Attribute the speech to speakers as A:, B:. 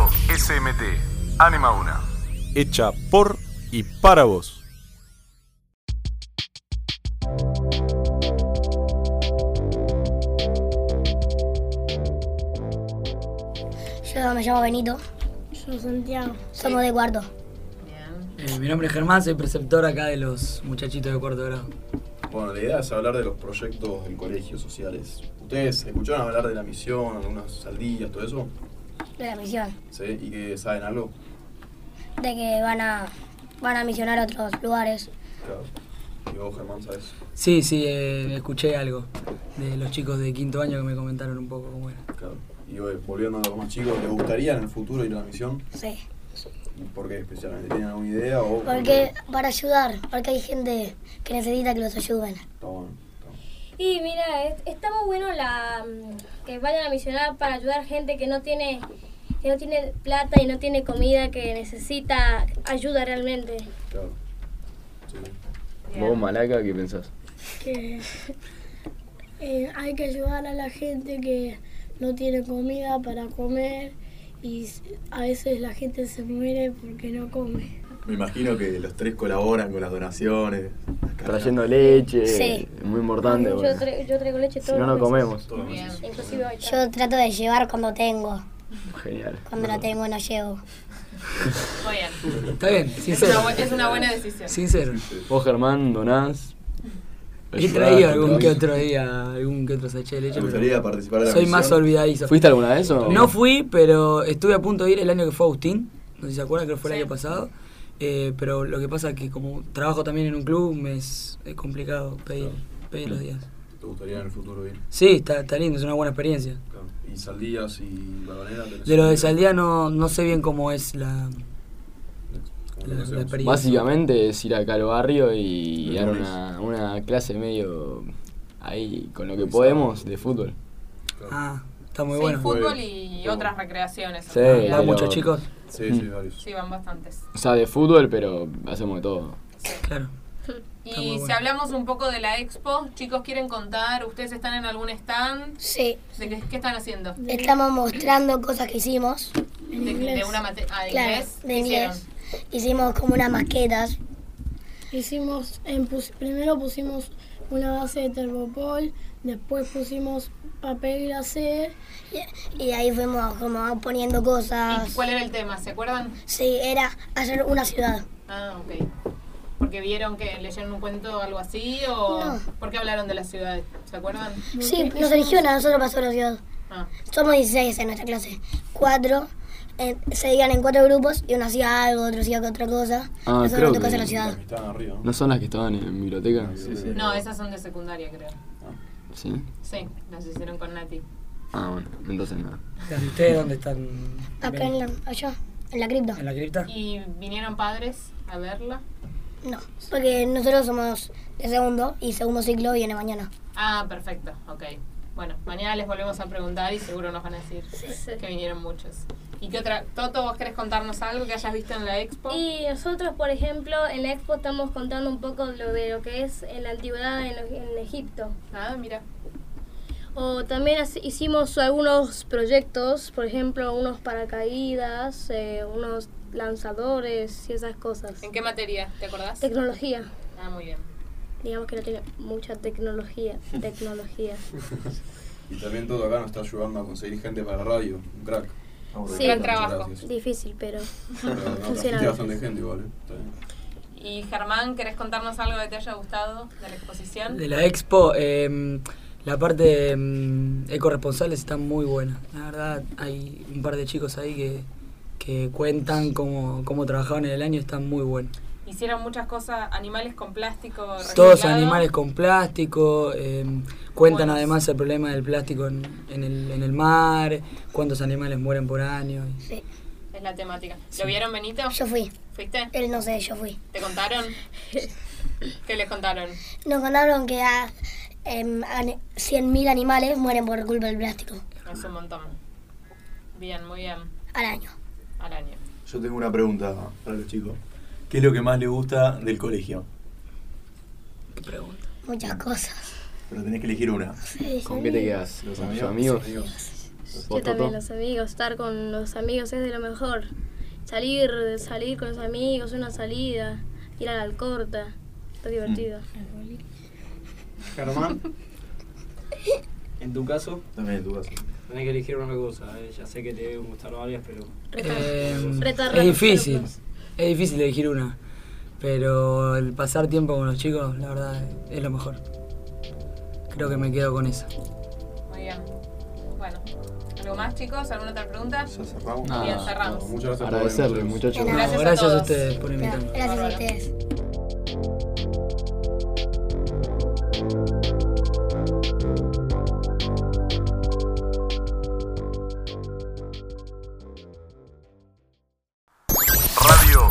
A: SMT, Anima 1.
B: Hecha por y para vos.
C: Yo me llamo Benito.
D: Yo Santiago.
C: Somos de cuarto.
E: Eh, mi nombre es Germán, soy preceptor acá de los muchachitos de cuarto grado.
F: Bueno, la idea es hablar de los proyectos del colegio sociales. ¿Ustedes escucharon hablar de la misión, algunas saldillas, todo eso?
C: De la misión.
F: ¿Sí? ¿Y que saben algo?
C: De que van a, van a misionar a otros lugares.
F: Claro. ¿Y vos, Germán, sabes?
E: Sí, sí, eh, escuché algo de los chicos de quinto año que me comentaron un poco cómo era.
F: Claro. Y eh, volviendo a los más chicos, ¿les gustaría en el futuro ir a la misión?
C: Sí.
F: ¿Y ¿Por qué especialmente? ¿Tienen alguna idea? O
C: Porque para ayudar, porque hay gente que necesita que los ayuden.
F: Está bueno, está bueno.
D: Y mira, es- está muy bueno la mm, que vayan a misionar para ayudar gente que no tiene que no tiene plata y no tiene comida, que necesita ayuda realmente.
F: Claro. Sí.
G: Vos, Malaca, ¿qué pensás?
H: que eh, hay que ayudar a la gente que no tiene comida para comer y s- a veces la gente se muere porque no come.
I: Me imagino que los tres colaboran con las donaciones. las cargas.
G: Trayendo leche,
C: Sí.
G: es muy importante.
D: yo,
G: porque
D: tra- yo traigo leche
G: Si
D: todos
G: no, no
D: los meses,
G: comemos.
F: Todo bien.
D: Inclusive hoy.
C: Yo trato de llevar cuando tengo.
G: Genial.
C: Cuando la tengo no llevo.
J: Muy bien.
E: Está bien,
J: Es una,
E: sincero.
J: bu- es una buena decisión.
E: Sincero.
G: Vos, Germán, donás.
E: He
G: ayudás,
E: traído algún que
G: contribuís.
E: otro día, algún que otro sachet de leche.
F: ¿Te
E: pero
F: gustaría participar de la
E: Soy
F: misión?
E: más olvidadizo.
G: ¿Fuiste alguna vez o
E: No fui, pero estuve a punto de ir el año que fue Agustín. No sé si se acuerdan, creo que fue el
J: Sí.
E: año pasado. Eh, pero lo que pasa es que como trabajo también en un club, me es eh, complicado pedir, pedir los días.
F: ¿Te gustaría en el futuro ir?
E: Sí, está, está lindo, es una buena experiencia.
F: Claro. ¿Y saldillas y balvanera? tenés
E: De lo de
F: idea?
E: Saldía no, no sé bien cómo es la,
F: ¿Cómo
E: la-
F: lo
E: la
F: hacemos?
E: experiencia.
G: Básicamente es ir acá al barrio y
F: De
G: dar
F: lunes.
G: una, una clase medio ahí con lo que
F: Organizado.
G: podemos de fútbol.
F: Claro.
E: Ah, está muy
J: sí,
E: bueno.
J: fútbol y otras recreaciones.
G: Sí.
J: en
E: Va
J: realidad.
G: pero-
E: muchos chicos,
F: Sí, sí, varios.
J: Sí, van bastantes.
G: O sea, de fútbol, pero hacemos de todo.
E: claro. Está muy
J: Y si
E: bueno.
J: hablamos un poco de la expo, chicos, ¿quieren contar? ¿Ustedes están en algún stand?
C: Sí.
J: ¿De qué, qué están haciendo?
C: Estamos mostrando cosas que hicimos.
J: ¿De, de una materia? Ah, de
C: Claro,
J: inglés.
C: de
J: ¿Qué
C: inglés.
J: hicieron?
C: Hicimos como unas maquetas.
H: Hicimos, em, pus- primero pusimos una base de Terbopol, después pusimos papel glacé,
C: Y de ahí fuimos como poniendo
J: ¿Y
C: cosas.
J: cuál era el tema? ¿Se acuerdan?
C: Sí, era hacer una ciudad.
J: Ah, ok. ¿Porque vieron que leyeron un cuento o algo así? ¿O
C: No.
J: por qué hablaron de la ciudad? ¿Se acuerdan?
C: Sí, nos eligieron a nosotros para hacer una ciudad.
J: Ah,
C: Somos 16 en nuestra clase. Cuatro eh, se digan en cuatro grupos y uno hacía algo, otro hacía otra cosa.
G: Ah,
C: Nosotros
G: creo
C: nos tocó
G: que-
C: hacer la
F: Las
C: ciudad.
F: que estaban arriba, ¿no?
G: ¿No son las que estaban en biblioteca?
F: Sí, sí.
J: no, esas son de secundaria, creo.
G: Sí.
J: Sí, las hicieron con Nati.
G: Ah, bueno, entonces nada.
E: ¿Ustedes dónde están?
C: Acá en la, allá, en la cripta.
E: ¿En la cripta?
J: ¿Y vinieron padres a verla?
C: No, porque nosotros somos de segundo y segundo ciclo viene mañana.
J: Ah, perfecto, ok. Bueno, mañana les volvemos a preguntar y seguro nos van a decir que vinieron muchos. ¿Y qué otra? Toto, ¿vos querés contarnos algo que hayas visto en la expo?
D: Y nosotros, por ejemplo, en la expo estamos contando un poco lo de lo que es en la antigüedad en, en Egipto.
J: Ah, mira.
D: O también hace- hicimos algunos proyectos, por ejemplo, unos paracaídas, eh, unos lanzadores y esas cosas.
J: ¿En qué materia? ¿Te acordás?
D: Tecnología.
J: Ah, muy bien.
D: Digamos que no tiene mucha tecnología. Tecnología.
F: Y también todo acá nos está ayudando a conseguir gente para la radio. Un crack.
D: Sí.
J: Gran trabajo.
F: Muchas gracias.
D: Difícil, pero.
F: Pero no,
D: Funciona.
F: trajiste bastante gente igual, ¿eh? Está bien.
J: Y Germán, ¿querés contarnos algo que te haya gustado de la exposición?
E: De la expo, eh, la parte de mm, ecorresponsales está muy buena. La verdad, hay un par de chicos ahí que, que cuentan cómo, cómo trabajaban en el año, está muy bueno.
J: Hicieron muchas cosas, animales con plástico.
E: Todos
J: reciclado.
E: animales con plástico, eh, cuentan
J: Buenos.
E: además el problema del plástico en, en el, en el mar, cuántos animales mueren por año. y-
C: Sí,
J: Es la temática. ¿Lo vieron, Benito?
C: yo fui.
J: ¿Fuiste?
C: Él no sé, yo fui.
J: ¿Te contaron? ¿Qué les contaron?
C: Nos contaron que a, em, ane- 100.000 animales mueren por culpa del plástico
J: Es un montón. Bien, muy bien.
C: al año.
J: Al año.
I: Yo tengo una pregunta para los chicos. ¿Qué es lo que más les gusta del colegio?
C: Muchas cosas.
I: Pero tenés que elegir una.
G: ¿Con qué te quedas?
I: Los
G: ¿Con tus
I: amigos.
G: amigos?
D: Yo
G: ¿Vos, Toto?
D: también los amigos, estar con los amigos es de lo mejor. Salir, salir con los amigos, una salida, ir a la alcorta, está divertido.
K: Germán. En tu caso,
F: También en tu caso.
K: tenés que elegir una cosa. eh, Ya sé que te deben gustar varias, pero.
E: Eh,
D: Retarrar
E: es
D: los
E: difícil,
D: pues.
E: es difícil elegir una, pero el pasar tiempo con los chicos, la verdad, es lo mejor. Creo que me quedo con eso.
J: Muy bien. Bueno, ¿algo más, chicos? ¿Alguna otra pregunta?
F: Ya cerramos.
J: Bien, cerramos.
F: Muchas gracias por
G: Agradecerle,
F: venir.
G: muchachos.
E: No, gracias a ustedes por invitarme.
C: Gracias a ustedes.
A: Radio